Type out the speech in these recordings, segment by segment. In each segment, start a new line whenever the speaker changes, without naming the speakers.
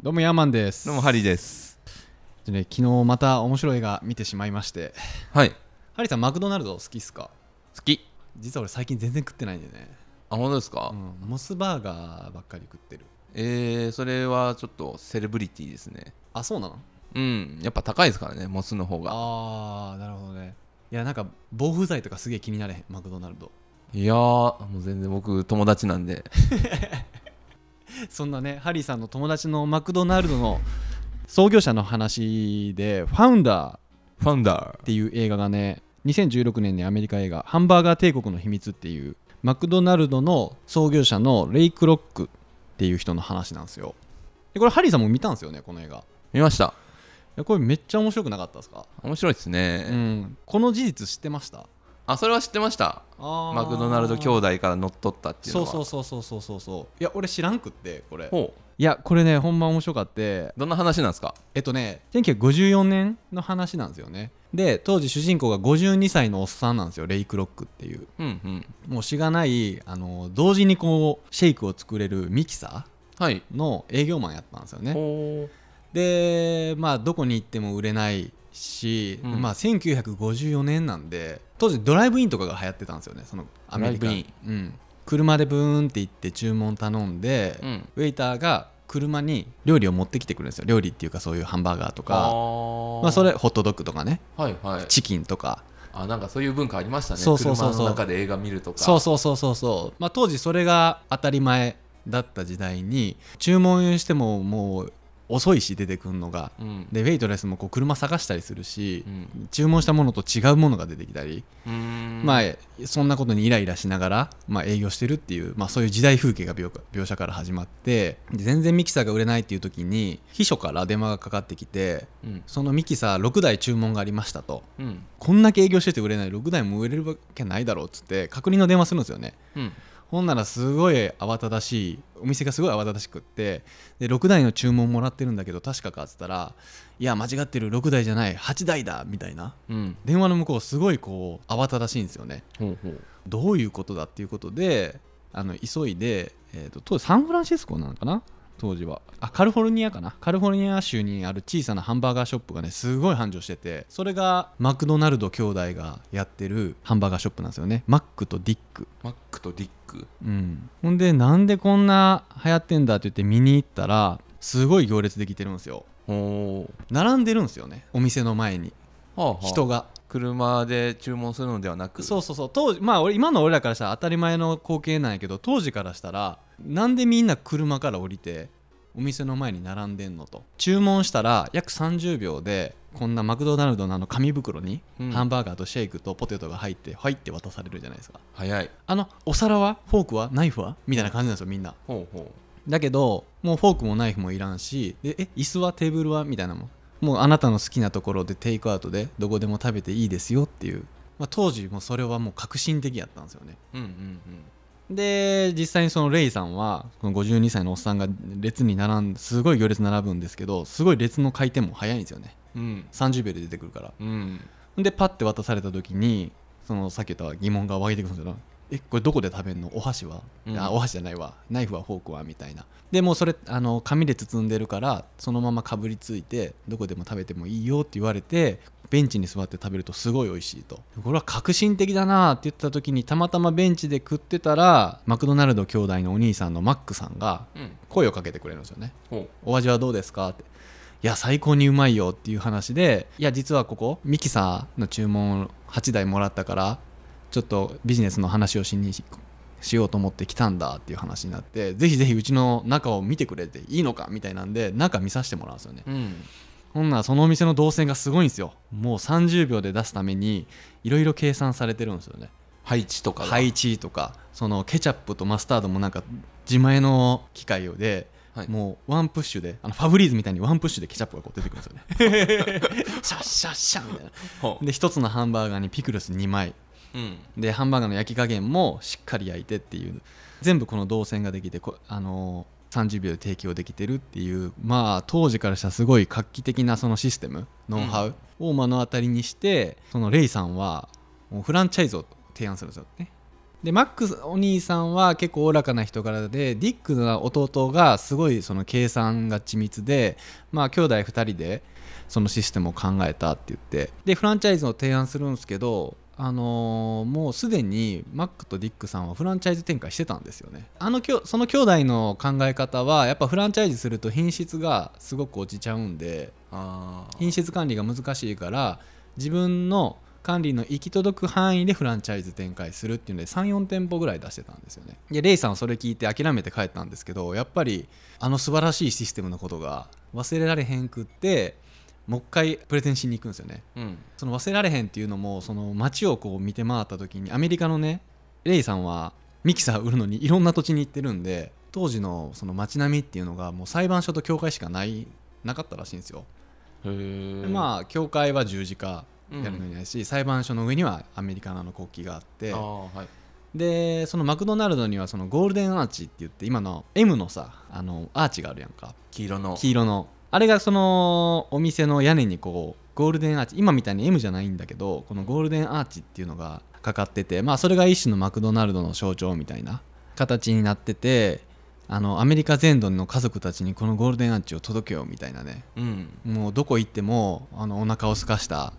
どうもヤーマンです
どうもハリーです
でね、昨日また面白い映画見てしまいまして
はい
ハリーさんマクドナルド好きっすか
好き
実は俺最近全然食ってないんでね、
あ本当ですか、
うん、モスバーガーばっかり食ってる
えー、それはちょっとセレブリティですね
あそうなの
うんやっぱ高いですからねモスの方が
あーなるほどねいやなんか防腐剤とかすげえ気になれへんマクドナルド
いやーもう全然僕友達なんで
そんなねハリーさんの友達のマクドナルドの創業者の話で「ファウンダー」
ファウンダ
っていう映画がね2016年にアメリカ映画「ハンバーガー帝国の秘密」っていうマクドナルドの創業者のレイク・ロックっていう人の話なんですよでこれハリーさんも見たんですよねこの映画い
見ました
やこれめっちゃ面白くなかったですか、
面白いですね、
うん、この事実知ってました
あそれは知ってましたマ
マ
クドナルド兄弟から乗っ取ったっていうの
そう
は
そうそうそうそうそうそういや俺知らんくってこれ
ほ
いやこれねほんま面白かって
うどんな話なんですか
えっとね1954年の話なんですよねで当時主人公が52歳のおっさんなんですよレイク・ロックっていう
うんうん
もうしがないあの同時にこうシェイクを作れるミキサ
はい
ーの営業マンやったんですよね
ほう
でまあどこに行っても売れないし、
うん
まあ、1954年なんで当時ドライブインとかが流行ってたんですよねそのアメリカ
ドライ
うん、車でブーンって行って注文頼んで、
うん
ウェイターが車に料理を持ってきてくるんですよ料理っていうかそういうハンバーガーとか
ー
まあ、それホットドッグとかね
はいはい
チキンとか
あなんかそういう文化ありましたね
そうそうそうそう
車の中で映画見るとか
そうそうそうそうそう、まあ、当時それが当たり前だった時代に注文してももう遅いし出てくんのが
うん
でウェイトレスもこう車探したりするし
う、ん
注文したものと違うものが出てきたり、
うーん
まあ、そんなことにイライラしながら、まあ、営業してるっていう、まあ、そういう時代風景が描描写から始まってで全然ミキサーが売れないっていう時に秘書から電話がかかってきて
うん
そのミキサー6台注文がありましたと。
うん
こんだけ営業してて売れない6台も売れるわけないだろうっつって確認の電話するんですよね
うん
ほんならすごい慌ただしいお店がすごい慌ただしくってで6台の注文もらってるんだけど確かかっつったらいや間違ってる6台じゃない8台だみたいな
うん
電話の向こうすごいこう慌ただしいんですよね
ほうほう
どういうことだっていうことであの急いで、えー、と当時サンフランシスコなのかな当時はあカリフォルニアかなカリフォルニア州にある小さなハンバーガーショップがねすごい繁盛しててそれがマクドナルド兄弟がやってるハンバーガーショップなんですよねマックとディック
マックとディック
うん、ほんでなんでこんな流行ってんだって言って見に行ったらすごい行列できてるんですよ
ほう
並んでるんですよねお店の前に
はあはあ
人が
車で注文するのではなく
そうそうそう当時まあ俺今の俺らからしたら当たり前の光景なんやけど当時からしたらなんでみんな車から降りてお店の前に並んでんのと注文したら約30秒でこんなマクドナルドのあの紙袋に
うん
ハンバーガーとシェイクとポテトが入って入って渡されるじゃないですか
早い
あのお皿はフォークはナイフはみたいな感じなんですよみんな
ほうほ
だけどもうフォークもナイフもいらんしでえ椅子はテーブルはみたいなもんもうあなたの好きなところでテイクアウトでどこでも食べていいですよっていう、まあ、当時もそれはもう革新的やったんですよね
ううんうんうん
で実際にそのレイさんはこの52歳のおっさんが列に並んですごい行列並ぶんですけどすごい列の回転も早いんですよね
うん
30秒で出てくるから
うん
でパッて渡された時にそのさっき言った疑問が湧いてくるんですよえこれどこで食べんのお箸は、
うん
あお箸じゃないわナイフはフォークはみたいなでもうそれあの紙で包んでるからそのままかぶりついてどこでも食べてもいいよって言われてベンチに座って食べるとすごい美味しいとこれは革新的だなって言った時にたまたまベンチで食ってたらマクドナルド兄弟のお兄さんのマックさんが
うん
声をかけてくれるんですよね
ほ
お味はどうですかっていや最高にうまいよっていう話でいや実はここミキサーの注文を8台もらったからちょっとビジネスの話をしにししようと思って来たんだっていう話になってぜひぜひうちの中を見てくれていいのかみたいなんで中見させてもらうんですよね
ううん
ほんならそのお店の動線がすごいんですよもう30秒で出すためにいろいろ計算されてるんですよね
配置とかが
配置とかそのケチャップとマスタードもなんか自前の機械で、
はい
もうワンプッシュであのファブリーズみたいにワンプッシュでケチャップがこう出てくるん ですよねシャッシャッシャッみたいな
ほ
で一つのハンバーガーにピクルス2枚
ううん
でハンバーガーの焼き加減もしっかり焼いてっていう全部この動線ができてこあのー30秒で提供できてるっていうまあ当時からしたらすごい画期的なそのシステムノウハウを目の当たりにしてそのレイさんはもうフランチャイズを提案するんですよねでマックスお兄さんは結構おおらかな人柄でディックの弟がすごいその計算が緻密でまあ兄弟2人でそのシステムを考えたって言ってでフランチャイズを提案するんですけどあのーもうすでにマックとディックさんはフランチャイズ展開してたんですよねあのきょその兄弟の考え方はやっぱフランチャイズすると品質がすごく落ちちゃうんで
あー
品質管理が難しいから自分の管理の行き届く範囲でフランチャイズ展開するっていうので34店舗ぐらい出してたんですよねでレイさんはそれ聞いて諦めて帰ったんですけどやっぱりあの素晴らしいシステムのことが忘れられへんくってもう一回プレゼンしに行くんですよね
うん
その忘れられへんっていうのもその街をこう見て回った時にアメリカのねレイさんはミキサー売るのにいろんな土地に行ってるんで当時のその街並みっていうのがもう裁判所と教会しかないなかったらしいんですよ
へ
で
え
まあ教会は十字架
あ
やるのにないし、裁判所の上にはアメリカのあの国旗があって
あーはい
でそのマクドナルドにはそのゴールデンアーチって言って今の M のさあのアーチがあるやんか
黄色の
黄色のあれがそのお店の屋根にこうゴールデンアーチ今みたいに M じゃないんだけどこのゴールデンアーチっていうのがかかっててまあそれが一種のマクドナルドの象徴みたいな形になっててあのアメリカ全土の家族たちにこのゴールデンアーチを届けようみたいなね
うん
もうどこ行ってもあのお腹を空かした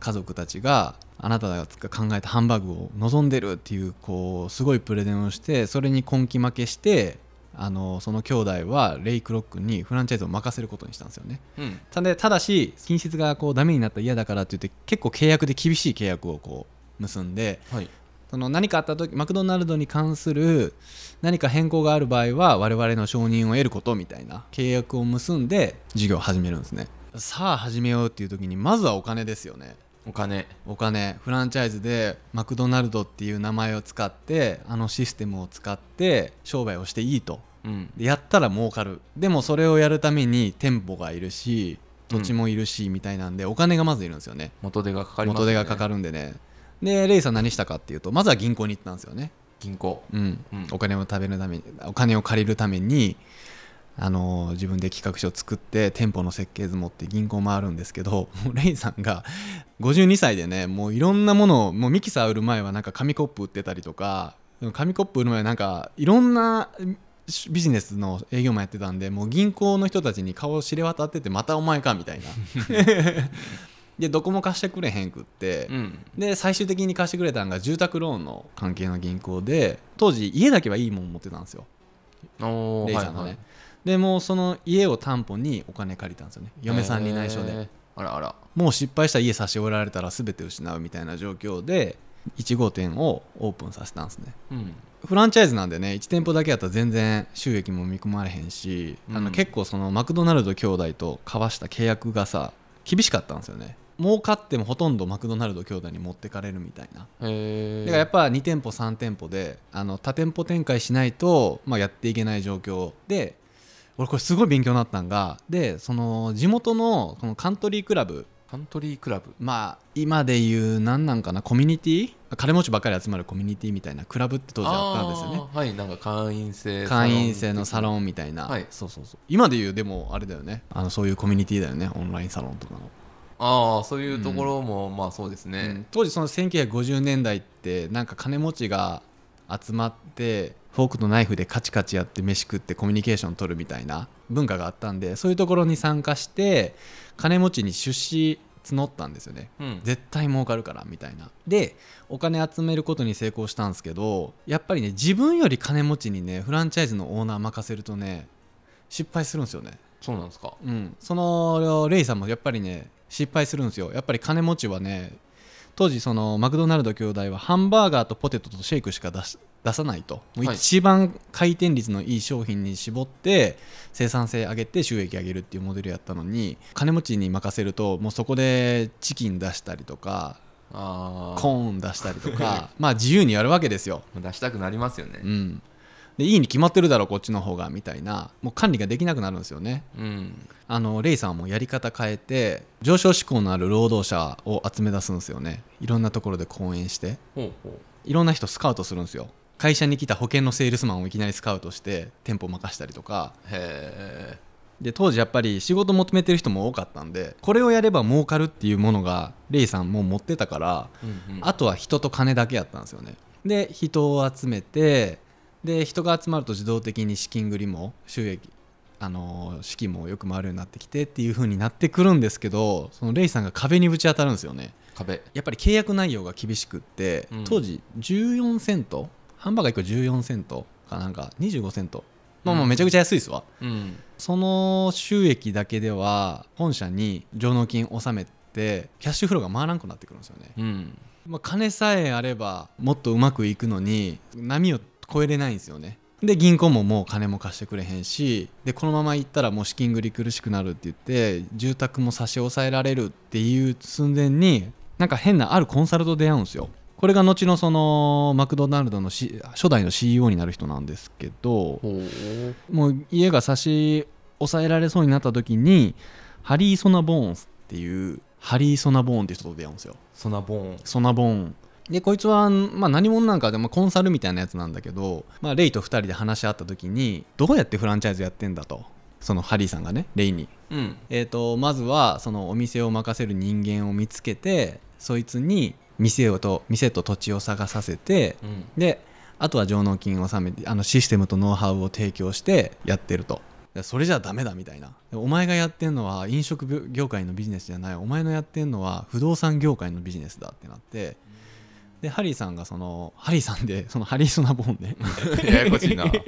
家族たちがあなたが考えたハンバーグを望んでるっていうこうすごいプレゼンをしてそれに根気負けしてあのその兄弟はレイ・クロックにフランチャイズを任せることにしたんですよね
うん
ただただし品質がこうダメになったら嫌だからって言って結構契約で厳しい契約をこう結んで
はい
その何かあった時マクドナルドに関する何か変更がある場合は我々の承認を得ることみたいな契約を結んで事業を始めるんですねさあ始めようっていう時にまずはお金ですよね
お金
お金フランチャイズでマクドナルドっていう名前を使ってあのシステムを使って商売をしていいと
うん
でやったら儲かるでもそれをやるために店舗がいるし土地もいるしみたいなんでお金がまずいるんですよね
元手がかかります
元手がかか
る
るんでねでレイさん何したかっていうとまずは銀行に行ったんですよね
銀行
うん
うん
お金を食べるためにお金を借りるためにあの自分で企画書を作って店舗の設計図持って銀行回るんですけど もうレイさんが52歳でねもういろんなものをもうミキサー売る前はなんか紙コップ売ってたりとか紙コップ売る前はなんかいろんなビジネスの営業マンやってたんでもう銀行の人たちに顔を知れ渡っててまたお前かみ たいなでどこも貸してくれへんくって、
うん
で最終的に貸してくれたのが住宅ローンの関係の銀行で当時家だけはいいもん持ってたんですよ
お
レイ
ー
さん
は
の
い
ね、
はい
でもうその家を担保にお金借りたんですよね嫁さんに内緒で、
へーあらあら
もう失敗したら家差し折られたら全て失うみたいな状況で1号店をオープンさせたんですね
うん
フランチャイズなんでね1店舗だけやったら全然収益も見込まれへんし、あ
う
の
ん
結構そのマクドナルド兄弟と交わした契約がさ厳しかったんですよね儲かってもほとんどマクドナルド兄弟に持ってかれるみたいな
へえ
だからやっぱ2店舗3店舗であの多店舗展開しないと、まあ、やっていけない状況で俺これすごい勉強になったんがでその地元のこのカントリークラブ
カントリークラブ
まあ今でいう何なんかなコミュニティ金持ちばっかり集まるコミュニティみたいなクラブって当時あったんですよね
あーはいなんか会員制
会員制のサロンみたいな、
はい
そうそうそう今でいうでもあれだよねあのそういうコミュニティだよねオンラインサロンとかの
ああそういうところも、まあそうですね、
うん当時その1950年代ってなんか金持ちが集まってフォークとナイフでカチカチやって飯食ってコミュニケーション取るみたいな文化があったんでそういうところに参加して金持ちに出資募ったんですよね
うん
絶対儲かるからみたいなでお金集めることに成功したんですけどやっぱりね自分より金持ちにねフランチャイズのオーナー任せるとね失敗するんですよね
そうなんですか
うん、そのレイさんもやっぱりね失敗するんですよやっぱり金持ちはね当時そのマクドナルド兄弟はハンバーガーとポテトとシェイクしか出し出さないともう
はい
一番回転率のいい商品に絞って生産性上げて収益上げるっていうモデルやったのに金持ちに任せるともうそこでチキン出したりとか
ああ
コーン出したりとか まあ自由にやるわけですよ
出したくなりますよね
うんでいいに決まってるだろこっちの方がみたいなもう管理ができなくなるんですよね
うん
あのレイさんもやり方変えて上昇志向のある労働者を集め出すんですよねいろんなところで講演して
ほうほう
いろんな人スカウトするんですよ会社に来た保険のセールスマンをいきなりスカウトして店舗任したりとか
へえ
で当時やっぱり仕事求めてる人も多かったんでこれをやれば儲かるっていうものがレイさんもう持ってたから、
うんうん
あとは人と金だけやったんですよねで人を集めてで人が集まると自動的に資金繰りも収益あのー資金もよく回るようになってきてっていう風になってくるんですけどそのレイさんが壁にぶち当たるんですよね
壁
やっぱり契約内容が厳しくって、
うん
当時14セントハンバーガー1個14セントかなんか25セントまあまあ
うん
めちゃくちゃ安いですわ、
うん
その収益だけでは本社に上納金納めてキャッシュフローが回らなくなってくるんですよね、
うん
まあ、金さえあればもっとうまくいくのに波を越えれないんですよねで銀行ももう金も貸してくれへんしでこのまま行ったらもう資金繰り苦しくなるって言って住宅も差し押さえられるっていう寸前になんか変なあるコンサルと出会うんですよこれが後のそのマクドナルドの、C、初代の CEO になる人なんですけど
ほう
もう家が差し押さえられそうになった時にハリー・ソナ・ボーンスっていうハリー・ソナ・ボーンっていう人と出会うんですよ
ソナボーン
ソナボーンでこいつは、まあ、何者なんかでもコンサルみたいなやつなんだけど、まあ、レイと2人で話し合った時にどうやってフランチャイズやってんだとそのハリーさんがねレイに、
うん
えー、とまずはそのお店を任せる人間を見つけてそいつに店をと店と土地を探させて
うん
であとは上納金を納めてあのシステムとノウハウを提供してやってるとでそれじゃダメだみたいなでお前がやってんのは飲食業界のビジネスじゃないお前のやってんのは不動産業界のビジネスだってなってでハリーさんがそのハリーさんで そのハリー・ソナボーンで
ややこしいなはい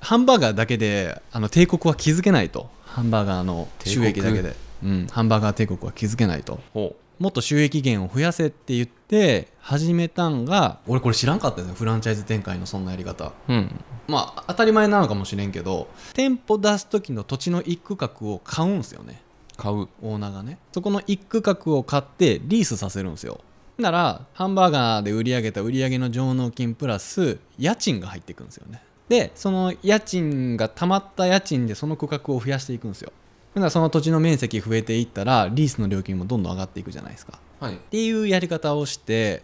ハンバーガーだけであの帝国は築けないとハンバーガーの収益だけで、うん、ハンバーガー帝国は築けないと
ほ
もっと収益源を増やせって言って始めたんが俺これ知らんかったよねフランチャイズ展開のそんなやり方
ううん
まあ当たり前なのかもしれんけど店舗出す時の土地の一区画を買うんすよね
買う
オーナーがねそこの一区画を買ってリースさせるんですよならハンバーガーで売り上げた売り上げの上納金プラス家賃が入っていくんですよねでその家賃がたまった家賃でその区画を増やしていくんですよだからその土地の面積増えていったらリースの料金もどんどん上がっていくじゃないですか
はい
っていうやり方をして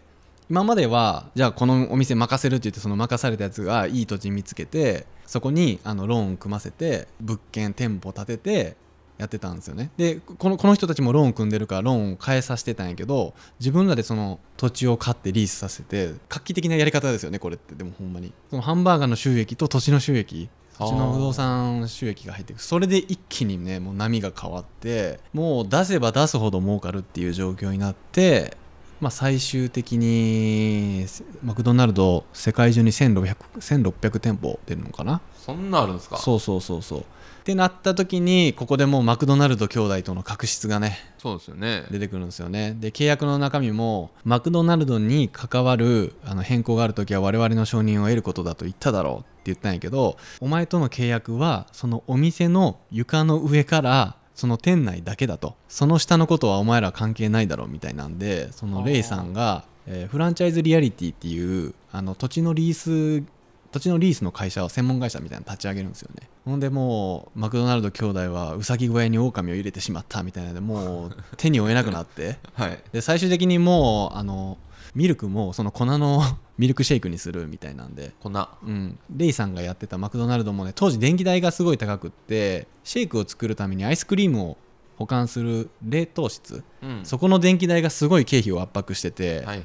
今まではじゃあこのお店任せるって言ってその任されたやつがいい土地見つけてそこにあのローン組ませて物件店舗建ててやってたんですよねでこのこの人たちもローン組んでるからローンを変えさせてたんやけど自分らでその土地を買ってリースさせて画期的なやり方ですよねこれってでもほんまにそのハンバーガーの収益と土地の収益土地の不動産収益が入ってくるそれで一気にねもう波が変わってもう出せば出すほど儲かるっていう状況になって、まあ、最終的にせマクドナルド世界中に 1600, 1600店舗出るのかな
そんなあるんですか
そうそうそうそうってなった時にここでもうマクドナルド兄弟との確執がね
そうですよね
出てくるんですよねで契約の中身もマクドナルドに関わるあの変更がある時は我々の承認を得ることだと言っただろうって言ったんやけどお前との契約はそのお店の床の上からその店内だけだとその下のことはお前らは関係ないだろうみたいなんでそのレイさんが、えーフランチャイズリアリティっていうあの土地のリース土地のリースの会社を専門会社みたいなの立ち上げるんですよねほんでもうマクドナルド兄弟はウサギ小屋にオオカミを入れてしまったみたいなのでもう手に負えなくなって
はい
で最終的にもうあのミルクもその粉の ミルクシェイクにするみたいなんで。
粉は
うん、レイさんがやってたマクドナルドもね当時電気代がすごい高くってシェイクを作るためにアイスクリームを保管する冷凍室、
うん
そこの電気代がすごい経費を圧迫してて、
いはい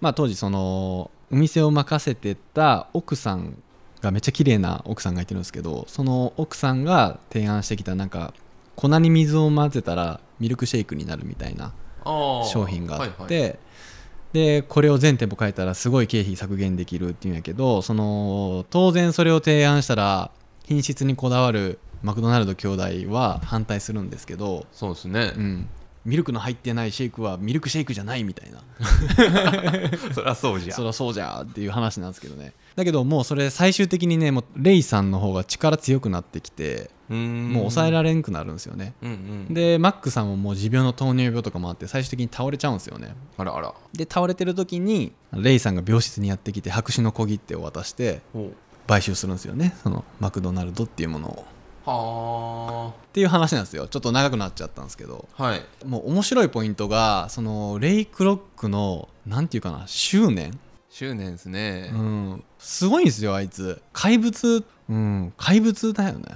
まあ、当時そのお店を任せてた奥さんがめっちゃ綺麗な奥さんがいてるんですけどその奥さんが提案してきたなんか粉に水を混ぜたらミルクシェイクになるみたいな
あー
商品があっ
はい
て、でこれを全店舗変えたらすごい経費削減できるっていうんやけどその当然それを提案したら品質にこだわるマクドナルド兄弟は反対するんですけど、
そうですね
う、ん、ミルクの入ってないシェイクはミルクシェイクじゃないみたいな
そりゃそうじゃ
そりゃそうじゃっていう話なんですけどねだけどもうそれ最終的にねもうレイさんの方が力強くなってきて
うん
もう抑えられんくなるんですよね、
うんうん
でマックさんももう持病の糖尿病とかもあって最終的に倒れちゃうんですよね
あらあら
で倒れてる時にレイさんが病室にやってきて白紙の小切手を渡して
ほ
買収するんですよねそのマクドナルドっていうものを
うは
っていう話なんですよちょっと長くなっちゃったんですけど
あはい
もう面白いポイントがそのレイ・クロックの何て言うかな執念
執念ですね、
うん、すごいんですよあいつ怪物、うん、怪物だよね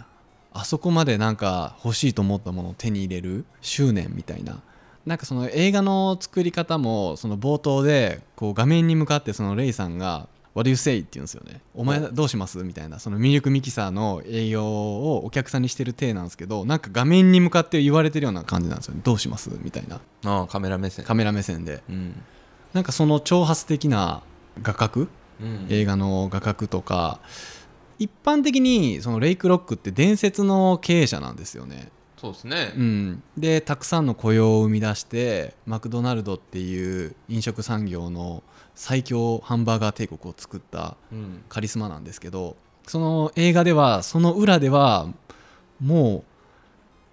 あそこまでなんか欲しいと思ったものを手に入れる執念みたいななんかその映画の作り方もその冒頭でこう画面に向かってそのレイさんが「What do you say?」って言うんですよね「お前どうします?」みたいなそのミルクミキサーの営業をお客さんにしてる体なんですけどなんか画面に向かって言われてるような感じなんですよね「どうします?」みたいな
ああカメラ目線
カメラ目線で
うん、
なんかその挑発的な画角
うん
映画の画角とか一般的にそのレイクロックって伝説の経営者なんですよね
そうですね
うん、でたくさんの雇用を生み出してマクドナルドっていう飲食産業の最強ハンバーガー帝国を作った
うん
カリスマなんですけどその映画ではその裏ではもう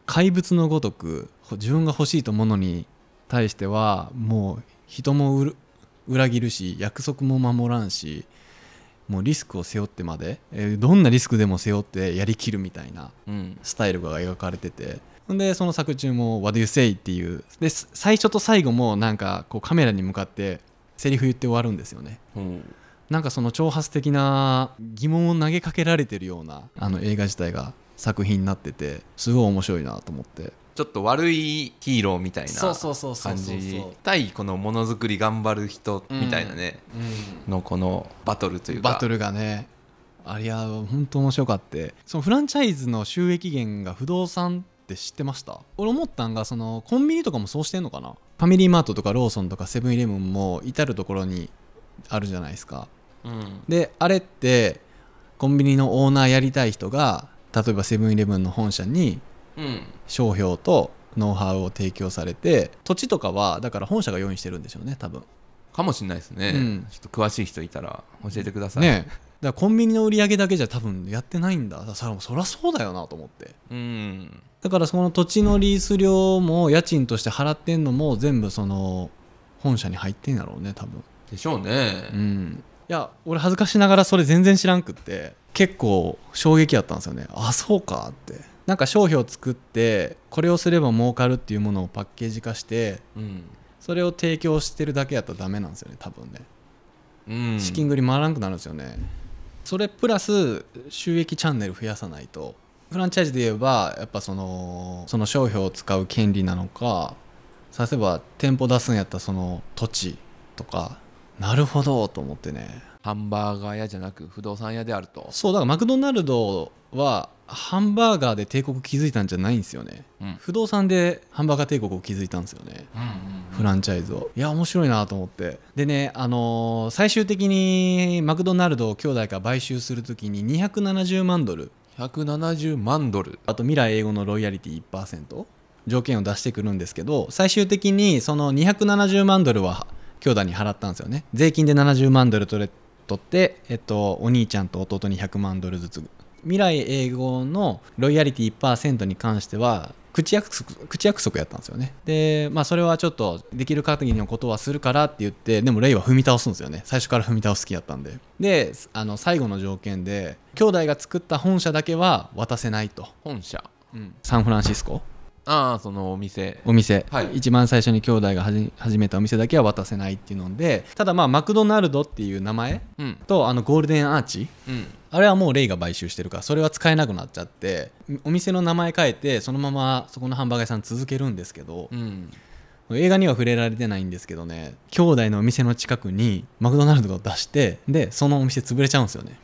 怪物のごとくほ自分が欲しいとものに対してはもう人もうる裏切るし約束も守らんしもうリスクを背負ってまでえーどんなリスクでも背負ってやりきるみたいな
うん
スタイルが描かれててでその作中も「What do you say?」っていうで最初と最後もなんかこうカメラに向かってセリフ言って終わるんですよね
うん
なんかその挑発的な疑問を投げかけられてるようなあの映画自体が作品になっててすごい面白いなと思って
ちょっと悪いヒーローみたいな
うそう
感じ対このものづくり頑張る人みたいなね、のこのバトルというか
バトルがねあれは本当面白かってそのフランチャイズの収益源が不動産って知ってました俺思ったんがそのコンビニとかもそうしてんのかなファミリーマートとかローソンとかセブンイレブンも至る所にあるじゃないですか
うん
であれってコンビニのオーナーやりたい人が例えばセブンイレブンの本社に
うん
商標とノウハウを提供されて土地とかはだから本社が用意してるんでしょうね多分
かもしれないですね、
うん
ちょっと詳しい人いたら教えてください
ねえだからコンビニの売り上げだけじゃ多分やってないんだだからそらそらそうだよなと思って
うん
だからその土地のリース料も家賃として払ってんのも全部その本社に入ってんだろうね多分
でしょうね、
うんいや俺恥ずかしながらそれ全然知らんくって結構衝撃やったんですよねあそうかってなんか商標を作ってこれをすれば儲かるっていうものをパッケージ化して
うん
それを提供してるだけやったらダメなんですよね多分ね
うん、
資金繰り回らなくなるんですよね、それプラス収益チャンネル増やさないとフランチャイズで言えばやっぱそのその商標を使う権利なのかさせば店舗出すんやったらその土地とかなるほどと思ってね
ハンバーガー屋じゃなく不動産屋であると、
そうだからマクドナルドはハンバーガーで帝国築いたんじゃないんですよね
うん
不動産でハンバーガー帝国を築いたんですよねフランチャイズをいや面白いなと思ってでね、あのー最終的にマクドナルドを兄弟が買収するときに270万ドル
170万ドル
あと未来英語のロイヤリティ1%条件を出してくるんですけど最終的にその270万ドルは兄弟に払ったんですよね税金で70万ドル取れ取って、えっと、お兄ちゃんと弟に100万ドルずつ未来英語のロイヤリティ1%に関しては口約束口約束やったんですよねでまあそれはちょっとできる限りのことはするからって言ってでもレイは踏み倒すんですよね最初から踏み倒す気やったんでであの最後の条件で兄弟が作った本社だけは渡せないと
本社
サンフランシスコ
ああそのお店
お店、
はい
一番最初に兄弟がはじ始めたお店だけは渡せないっていうのでただまあマクドナルドっていう名前
うん
とあのゴールデンアーチ
うん
あれはもうレイが買収してるからそれは使えなくなっちゃってお店の名前変えてそのままそこのハンバーガー屋さん続けるんですけど
う、ん
映画には触れられてないんですけどね兄弟のお店の近くにマクドナルドを出してでそのお店潰れちゃうんですよね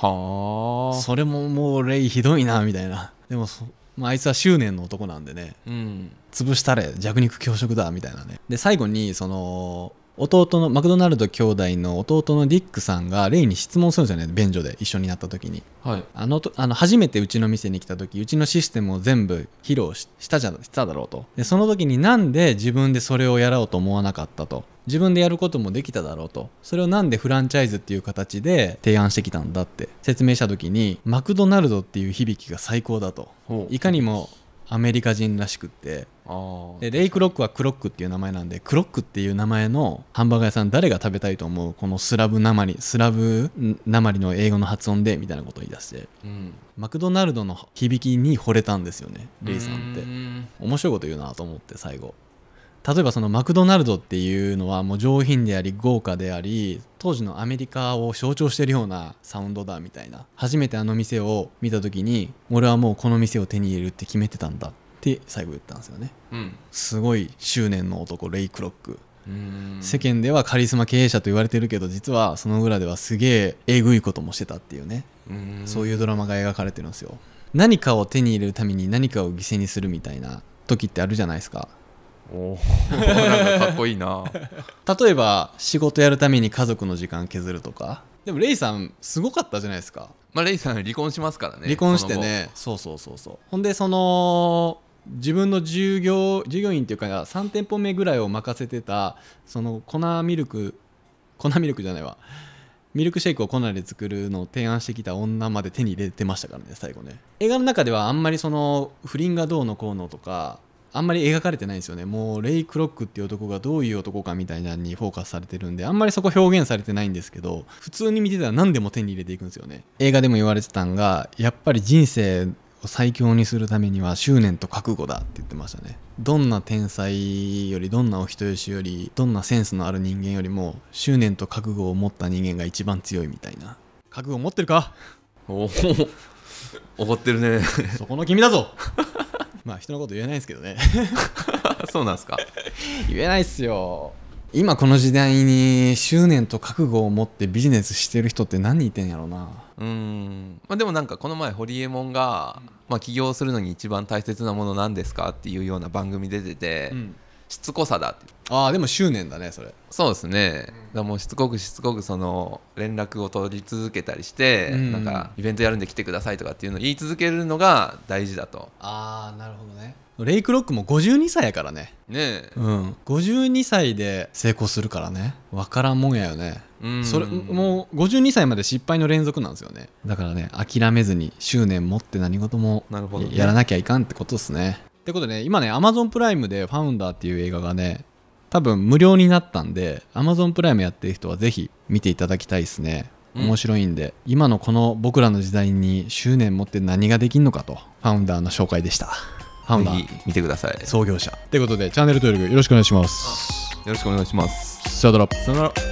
はあ
それももうレイひどいなみたいなでもそ、まあ、あいつは執念の男なんでね
うん
潰したれ弱肉強食だみたいなねで最後にその弟のマクドナルド兄弟の弟のディックさんがレイに質問するんですよね便所で一緒になった時に
はい
あのとあの初めてうちの店に来た時うちのシステムを全部披露ししたじゃしただろうとでその時になんで自分でそれをやろうと思わなかったと自分でやることもできただろうとそれをなんでフランチャイズっていう形で提案してきたんだって説明した時にマクドナルドっていう響きが最高だと
ほう
いかにもアメリカ人らしくって
ああ
でレイクロックはクロックっていう名前なんでクロックっていう名前のハンバーガー屋さん誰が食べたいと思うこのスラブなまりスラブなまりの英語の発音でみたいなことを言い出して
うん
マクドナルドの響きに惚れたんですよねレイさんって
うん
面白いこと言うなと思って最後例えばそのマクドナルドっていうのはもう上品であり豪華であり当時のアメリカを象徴してるようなサウンドだみたいな初めてあの店を見た時に俺はもうこの店を手に入れるって決めてたんだって最後言ったんですよね
うん
すごい執念の男レイ・クロック
うん
世間ではカリスマ経営者と言われてるけど実はその裏ではすげええぐいこともしてたっていうね
うん
そういうドラマが描かれてるんですよ何かを手に入れるために何かを犠牲にするみたいな時ってあるじゃないですか
おー なんかかっこいいな
例えば仕事やるために家族の時間削るとかでもレイさんすごかったじゃないですか
まあレイさん離婚しますからね
離婚してねそうそうそうそうほんでその自分の従業従業員っていうか3店舗目ぐらいを任せてたその粉ミルク粉ミルクじゃないわミルクシェイクを粉で作るのを提案してきた女まで手に入れてましたからね最後ね映画の中ではあんまりその不倫がどうのこうのとかあんまり描かれてないんですよねもうレイ・クロックっていう男がどういう男かみたいなのにフォーカスされてるんであんまりそこ表現されてないんですけど普通に見てたら何でも手に入れていくんですよね映画でも言われてたんがやっぱり人生を最強にするためには執念と覚悟だって言ってましたねどんな天才よりどんなお人よしよりどんなセンスのある人間よりも執念と覚悟を持った人間が一番強いみたいな覚悟持ってる か
おお 怒ってるね
そこの君だぞ まあ人のこと言えないですけどね
そうなんですか
言えないっすよ今この時代に執念と覚悟を持ってビジネスしてる人って何人いてんやろうな
うーん、まあ、でもなんかこの前ホリエモンが、まあ、起業するのに一番大切なものなんですかっていうような番組出てて、しつこさだって
ああでも執念だねそれ
そうですね、だからもうしつこくしつこくその連絡を取り続けたりして、
うん
なんかイベントやるんで来てくださいとかっていうのを言い続けるのが大事だと
ああなるほどねレイクロックも52歳やからね
ねえ
うん52歳で成功するからねわからんもんやよね
うん
それもう52歳まで失敗の連続なんですよねだからね諦めずに執念持って何事も
なるほどね
やらなきゃいかんってことですねってことでね今ね Amazon プライムで「ファウンダー」っていう映画がね多分無料になったんで Amazon プライムやってる人はぜひ見ていただきたいですね
うん
面白いんで、今のこの僕らの時代に執念持って何ができんのかとファウンダーの紹介でしたファウン
ぜ
ダ
ひ
ー
見てくださいよ
創業者ってことでチャンネル登録よろしくお願いします
ろしくお願いします
さよならさよなら